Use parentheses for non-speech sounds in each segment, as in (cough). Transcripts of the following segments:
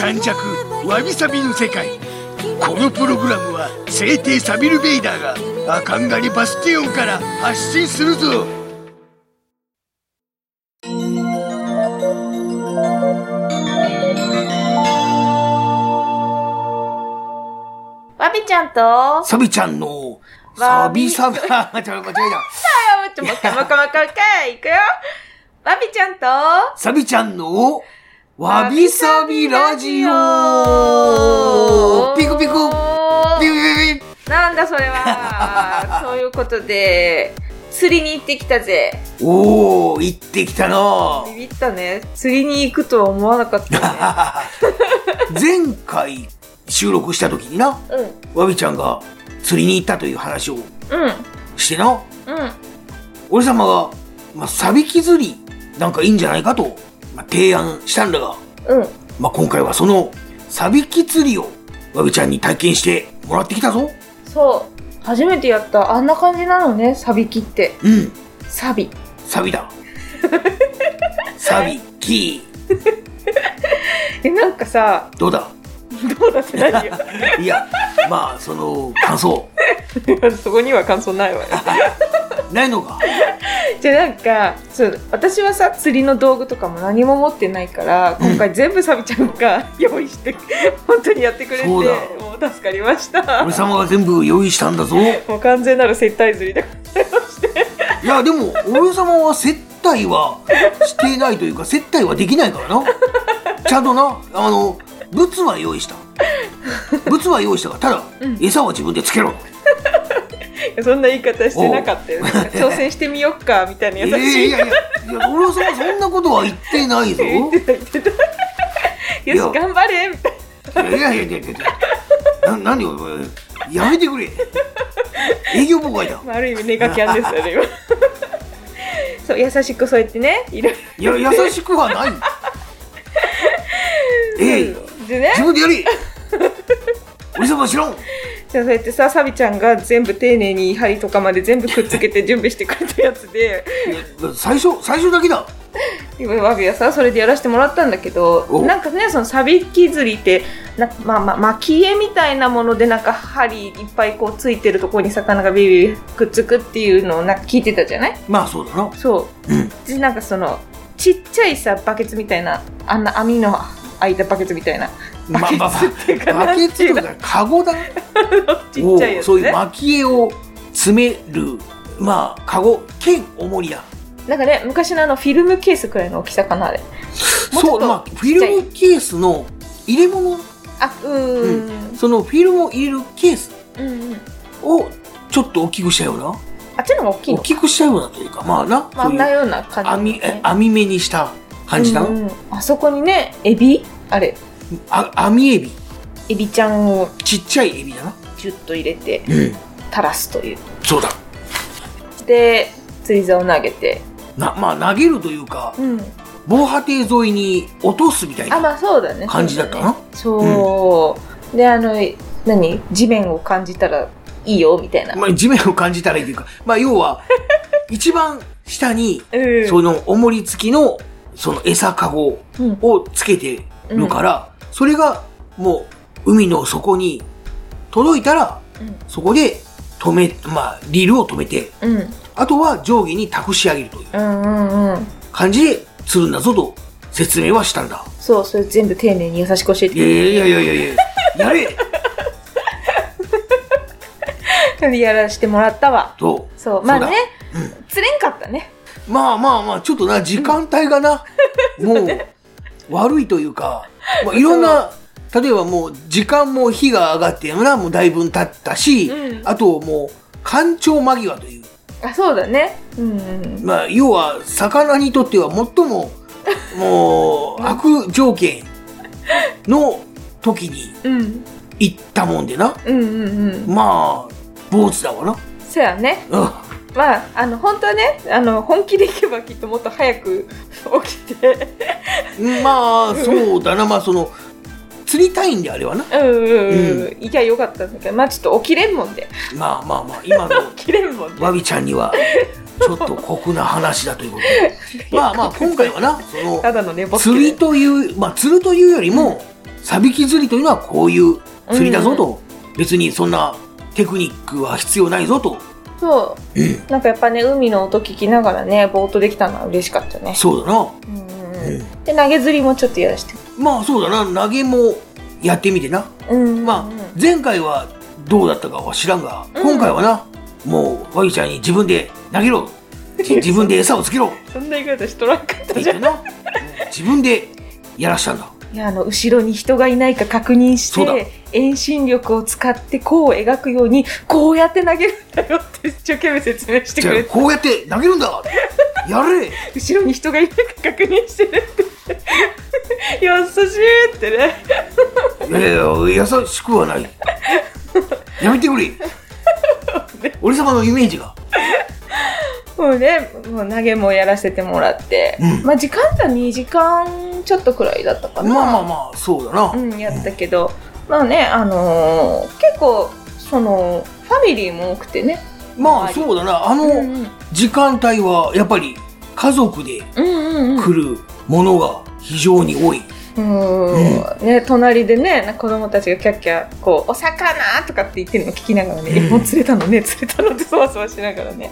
感弱わびさびの世界このプログラムは聖帝サビル・ベイダーがアカンガリバスティオンから発信するぞわびちゃんと、あサビちゃんのサビサビあ間違えた間違えやもうちょ、もう一回、もう一回、もう一回、もう一回、いくよ。わびちゃんと、たサビちゃんのわびさびラジオピクピクピクピクピなんだそれは。ということで、釣りに行ってきたぜ。クおー行ってきたな (laughs) ビビったね。釣りに行くとは思わなかった前回収録した時になね。わびちゃんが釣りに行ったという話をうん。うん。してなうん。俺様が、まあ、サビキ釣りなんかいいんじゃないかと、まあ、提案したんだが、うん。まあ、今回はそのサビキ釣りをわびちゃんに体験してもらってきたぞそう。初めてやった。あんな感じなのね、サビキって。うんサビ。サビだサビキえ、なんかさ、どうだどうだって何よ。いやまあその感想そこには感想ないわね。ないのかじゃあなんかそう私はさ釣りの道具とかも何も持ってないからうん今回全部サビちゃんが (laughs) 用意して本当にやってくれてそもうだう助かりました俺様が全部用意したんだぞいもう完全なる接待釣りだやでも俺様は接待はしていないというか接待はできないからなちゃんとなあの物は用意した物は用意したがただ、うん餌は自分でつけろそんな言い方してなか (laughs) ったよね挑戦してみよっかみたいな優ええしいいやいやいや俺はそんなことは言ってないぞ言ってた言ってたやよし頑張れみたいいやいやいやいやいやな何をやめてくれ営業妨害だなある意味ネガキャンです (laughs) よね今そう優しくそうやってねいろいいや優しくはないええろ (laughs) でね自分でやれ俺様は知らんじゃあそうやってさサビちゃんが全部丁寧に針とかまで全部くっつけて準備してくれたやつで (laughs) 最初最初だけだ今わびはさそれでやらせてもらったんだけどおなんかねそのサビキ釣りってなまあまあ巻き絵みたいなものでなんか針いっぱいこうついてるところに魚がビビビくっつくっていうのをなんか聞いてたじゃないまあそうだなそう、うんでなんかそのちっちゃいさバケツみたいなあんな網の開いたバケツみたいなまあまあまバケツっていうかあバケツとなんてかカゴだいうのちっちゃい (laughs) おやうつそういうね蒔絵を詰めるまあカゴ兼重りだなんかね昔のあのフィルムケースくらいの大きさかなあれもうちょそっう、とまあ、フィルムケースの入れ物、あうーん、そのフィルムを入れるケースうんうんをちょっと大きくしたような、あっちの方が大きい大のきくしたようなというか、まあな、まああそうんいなうような感じ網だえね、網目にした感じだ、うんうんあそこにねエビあれあ網エビ、エビちゃんをちっちゃいエビだな。ギュッと入れてうん、垂らすというそうだ。で釣り竿を投げて、なまあ投げるというか、うん、防波堤沿いに落とすみたいあなまあそうだね感じだったな。そう、であの何地面を感じたらいいよみたいな、まあ地面を感じたらいいという (laughs) か、まあ要は、一番下に、うんその重り付きの、その餌かごうんをつけてるから、それがもう海の底に届いたら、うんそこで止め、まあ、リールを止めて、うんあとは上下に託し上げるといううんうんうん感じで釣るんだぞと説明はしたん (laughs) だ。そうそれ全部丁寧に優しく教えていやいやいやいやいや、やれそれでやらせてもらったわと。そうまあねそうだ釣れんかったねまあまあまあ、ちょっとな、時間帯がな、もう悪いというか、まあ、いろんな、例えばもう時間も日が上がってな、もうだいぶん経ったし、うんあともう、干潮間際という、あそうだねうんうんまあ、要は魚にとっては最ももう悪条件の時にうん行ったもんでな。うんうんうんまあ、坊主だわな。そやねうん。まああの本当はねあの本気でいけばきっともっと早く起きてまあそうだなまあその釣りたいんであれはなうんうんうん、ういやよかったんだけどまあちょっと起きれんもんでまあまあまあ今の起きれんもんでわびちゃんに (laughs) はちょっと酷な話だということでまあまあ今回はなそのただの寝ぼっけ釣りというまあ釣るというよりもサビキ釣りというのはこういう釣りだぞと別にそんなテクニックは必要ないぞとそう、うんなんかやっぱね海の音聞きながらねボートできたのは嬉しかったねそうだなうんうんうんで投げ釣りもちょっとやらしてまあそうだな投げもやってみてなうんうんうんまあ前回はどうだったかは知らんが今回はなもうわびちゃんに自分で投げ (laughs) ろ自分で餌をつけろそんな言い方しとらんかっってたじゃ言って (laughs) な自分でやらしたんだんいやあの後ろに人がいないか確認しそうだて遠心力を使って弧を描くようにこうやって投げるんだよ (laughs) って一生懸命説明しじてくゃあれてこうやって投げるんだや (laughs) れ後ろに人がいないか確認して (laughs) るって優しいってねいやいや優しくはない (laughs) やめてくれ (laughs) 俺様のイメージがもうねもう投げもやらせてもらって、うんまあ時間が2時間ちょっとくらいだったまかあなまあまあそうだな、うん、やったけど、まあね、あのー結構そのファミリーも多くてね、まあそうだなあうんのうん、時間帯はやっぱり家族でうんうんうん来るものが非常に多い、うんね、隣でねなんか子供たちがキャッキャこう「お魚!」とかって言ってるの聞きながらね「うんえもう釣れたのね釣れたの」ってそわそわしながらね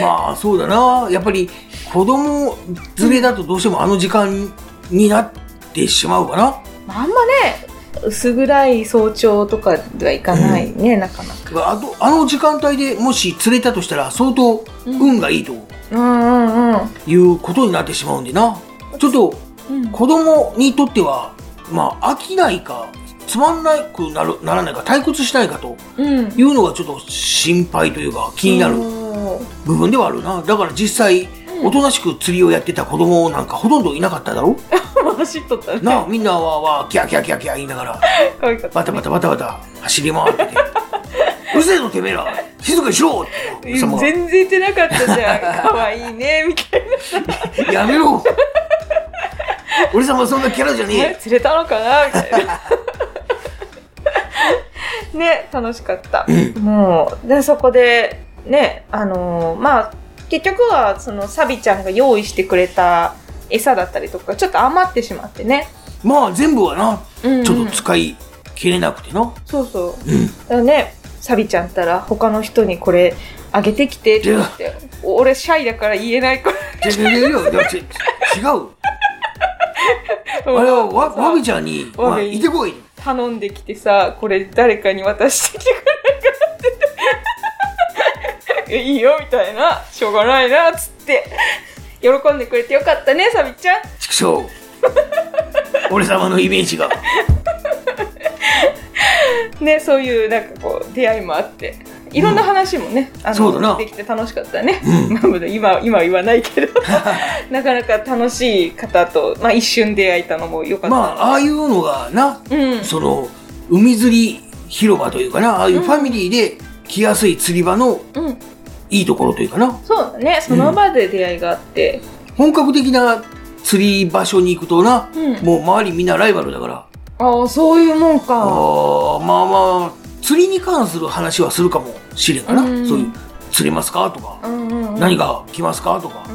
まあそうだなやっぱり子供連れだとどうしてもあの時間になってしまうかなまああんまね薄暗い早朝とかではいかないね、なかなかあとあの時間帯でもし釣れたとしたら相当運がいいとうんうんうんいうことになってしまうんでなちょっとうん子供にとってはまあ飽きないかつまんなくなるならないか退屈しないかとうんいうのがちょっと心配というか気になるう部分ではあるなだから実際んおとなしく釣りをやってた子供なんかほとんどいなかっただろ (laughs) 走っとったねなあみんなはわーキャーキャーキャーキャー言いながら可愛かったバタバタバタバタ走り回っててうるせえぞてめえら静かにしろって奥様が全然出なかったじ (laughs) ゃん可愛いねみたいやめろ俺様はそんなキャラじゃねなえね釣れたのかなみたい (laughs) なね楽しかったもうでそこでねあのーまあ結局はそのサビちゃんが用意してくれた餌だったりとかちょっと余ってしまってね、まあ全部はなうんうんちょっと使い切れなくてな、そうそううんだからねサビちゃんったら他の人にこれあげてきてって言って俺シャイだから言えないから違う違う違う違う違うあれはわわびちゃんに「まわびあいてこい頼んできてさこれ誰かに渡してきてくれなかって (laughs) いいよみたいなしょうがないなっつって喜んでくれてよかったねサビちゃん」畜 (laughs) 生俺様のイメージがねそういうなんかこう出会いもあっていろんな話もね、あのそうだなできて楽しかったね、うんまあまだ今今は言わないけ (laughs) どなかなか楽しい方と、まあ、一瞬出会えたのもよかった、まあああいうのがなうんその海釣り広場というかなああいうファミリーで来やすい釣り場のうん、いいところというかなそうだねその場で出会いがあって、本格的な釣り場所に行くとな、うんもう周りみんなライバルだからああそういうもんかあーまあまあ釣りに関する話はするかもしれんがな、うんそういう釣れますかとか、うんうんうん何が来ますかとかう、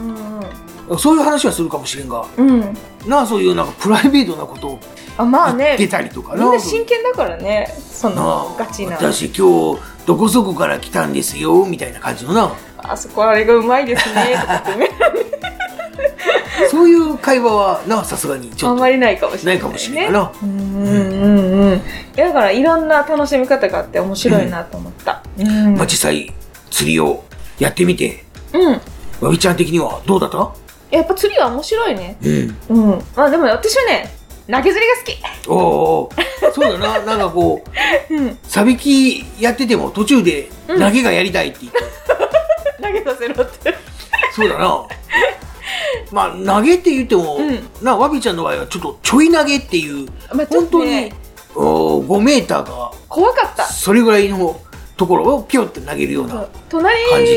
んそういう話はするかもしれんがうんうんなあそういうなんかプライベートなことをあまあ言ねってたりとかみんなそう真剣だからねそなあのガチな私今日どこそこから来たんですよみたいな感じのなあそこあれがうまいですねとかって (laughs) ねそういう会話はなあさすがにちあょんっまとりないかもしなれないいかもしれんがな、ねうんうんうんうんいやだからいろんな楽しみ方があって面白いなと思ったうん、まあ、実際釣りをやってみてうんわびちゃん的にはどうだったやっぱ釣りは面白いねうんうんまあでも私はね投げ釣りが好きおうおうそうだななんかこう (laughs) (laughs) うんサビキやってても途中でうん投げがやりたいって言って、投げさせろってそうだな (laughs) まあ投げって言っても、うんなわびちゃんの場合はちょっとちょい投げっていうまあ、ちょっ本と当ねにおー5メーターが怖かったそれぐらいのところをピョって投げるような隣感じ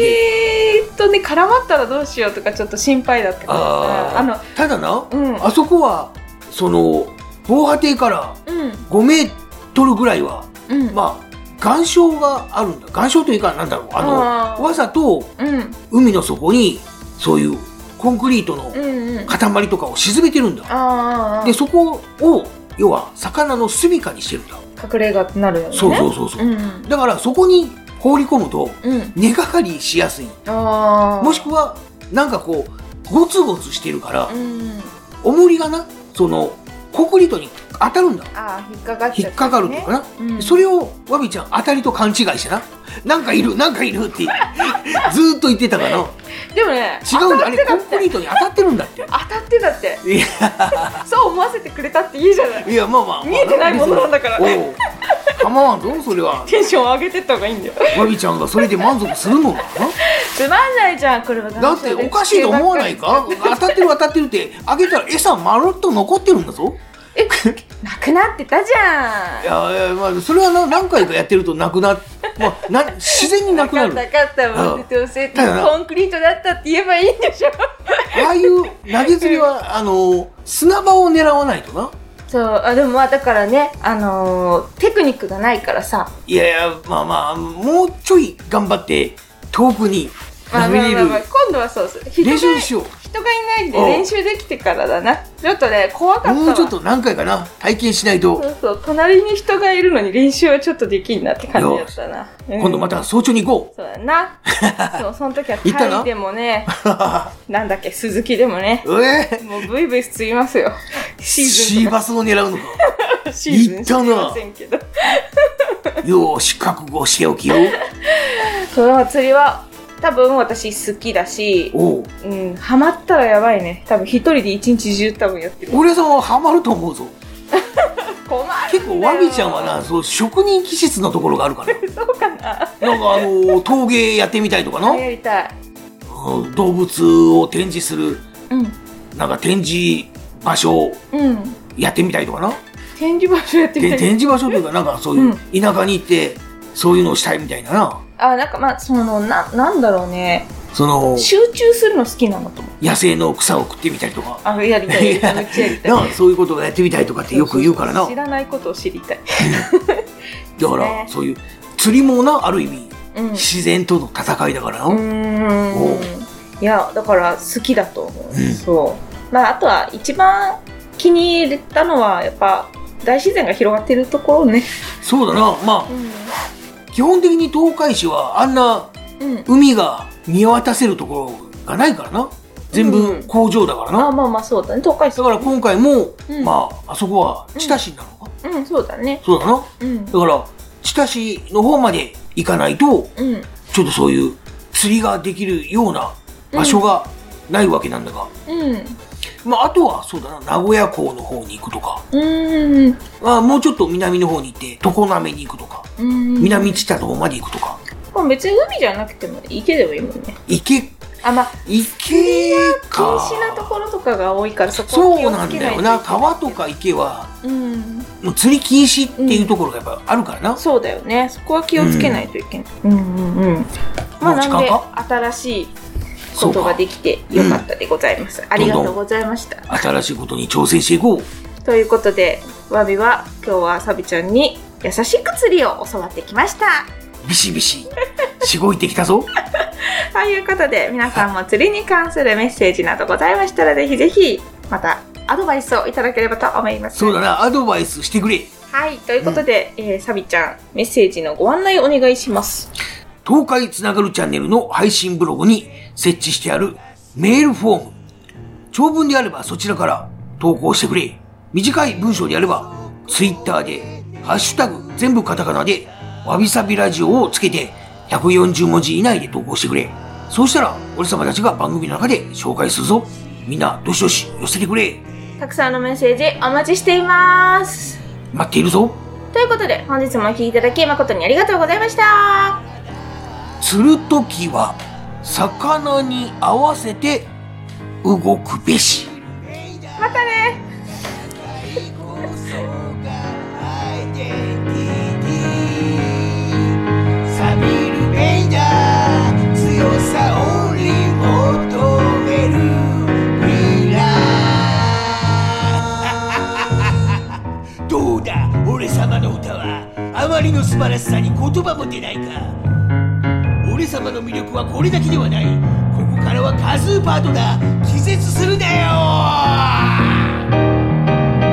とね絡まったらどうしようとかちょっと心配だったからあーさあのただなうんあそこはその防波堤からうん5メートルぐらいはうんまあ岩礁があるんだ岩礁というかなんだろうああのわざとーうん海の底にそういうコンクリートのうんうん塊とかを沈めてるんだあーあーでそこを要は魚の住みかにしてるんだ、隠れ家ってなるよねそうそうそうそうう、んうんだからそこに放り込むとうん根がかりしやすいああもしくはなんかこうゴツゴツしてるからうん重りがなそのコンクリートに当たるんだああ引っかかっち引ゃっったかかるというかな、うんそれをわびちゃん当たりと勘違いしてななんかいるなんかいるって (laughs) ずーっと言ってたから違でもねうんだあ当たっれてコたンってクリートに当たってるんだって当たってたっていやそう思わせてくれたっていいじゃないいやまあまあ、まあ、見えてないものなんだからおう構わんぞそれはテンション上げてった方がいいんだよわびちゃんがそれで満足するのかつまんないじゃんこれはなだっておかしいと思わないか当たってる当たってるってあげたら餌まるっと残ってるんだぞえなくなってたじゃんいやいや、まあ、それはな何回かやってるとなくな,、まあ、な自然になくなる分かった分かったもう教えてだからコンクリートだったって言えばいいんでしょああいう投げ釣りはあの砂場を狙わないとなそうあでもまあだからねあのーテクニックがないからさいやいやまあまあもうちょい頑張って遠くにまあ投げまあれまあるまあ今度はそうです人が練習し人ようがいないんでうん練習できてからだなちょっとね怖かったわもうちょっと何回かな体験しないとそうそう隣に人がいるのに練習はちょっとできんなって感じだったな、うん今度また早朝に行こそう (laughs) だなそうその時は行ったなタイでも (laughs) ねなんだっけ鈴木でもねうええもうブイブイ吸いますよシーシズンーとかバスを狙うのかシーズン知り行ったなませんけどよーし覚悟しておきよその釣りは多分私好きだし、おううん、ハマったらやばいね多分一人で一日中多分やってる俺さんはハマると思うぞ困るんだよ結構ワビちゃんはなそう職人気質なところがあるからそうかななんかあの陶芸やってみたいとかな、やりたいうん動物を展示するうんなんか展示場所をうんやってみたいとかな展示場所やってみでた展い示場所というかなんかそういう田舎に行ってそういうのをしたいみたいななあなんかまあそのななんだろうねその集中するの好きなのと思う野生の草を食ってみたりとかあやりたいめっちゃやりたいなそういうことをやってみたいとかってよく言うからなそそ知らないことを知りたいだからそういう釣りもなある意味うんう自然との戦いだからな、おうーんいやだから好きだと思う、んそうまああとは一番気に入ったのはやっぱ大自然が広がってるところねそうだなまあう、基本的に東海市はあんなんうん、海が見渡せるところがないからな全う部ん工場だからな、あまあまあそうだね東海市だから今回も、うんまああそこは知多市なのか、うんそうだねそうだなうんだから知多市の方まで行かないとうんちょっとそういう釣りができるような場所がないわけなんだが、うんまあ、あとはそうだな名古屋港の方に行くとか、うんまあ、もうちょっと南の方に行って常滑に行くとかうん南知多の方まで行くとかまあ別に海じゃなくても池でもいいもんね池あまあ池禁か止なところとかが多いからそこは気そうをなんつけなだいよといけない川とか池はうんもう釣り禁止っていうところがやっぱあるからな、そうだよねそこは気をつけないといけないうんうんうんまあもう時なん間でか新しいことができてよかったでございます、ありがとうございました新しいことに挑戦していこうということでわびは今日はさびちゃんに優しく釣りを教わってきましたビシビシしごいてきたぞということで皆さんも釣りに関するメッセージなどございましたらぜひぜひまたアドバイスをいただければと思いますそうだなアドバイスしてくれはいということで、えーサビちゃんメッセージのご案内お願いします東海つながるチャンネルの配信ブログに設置してあるメールフォーム長文であればそちらから投稿してくれ短い文章であればツイッターで「ハッシュタグ全部カタカナ」で「わびさびラジオ」をつけて140文字以内で投稿してくれそうしたら俺様たちが番組の中で紹介するぞみんなどしどし寄せてくれたくさんのメッセージお待ちしています待っているぞということで本日もお聴きいただき誠にありがとうございました釣るときは魚に合わせて動くべし。またねサビルメイダー強さを追い求める未来どうだ俺様の歌はあまりの素晴らしさに言葉も出ないか俺様の魅力はこれだけではないここからはカズーパートナー気絶するなよ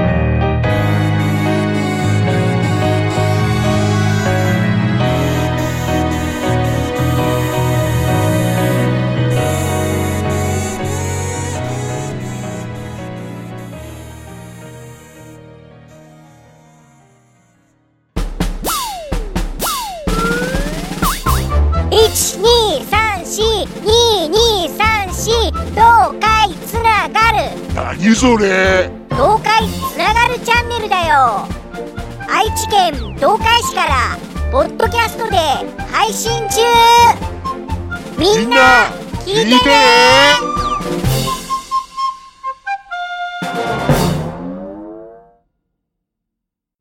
一二三四二二三四東海つながる何それ東海つながるチャンネルだよ愛知県東海市からポッドキャストで配信中みんな聞いてね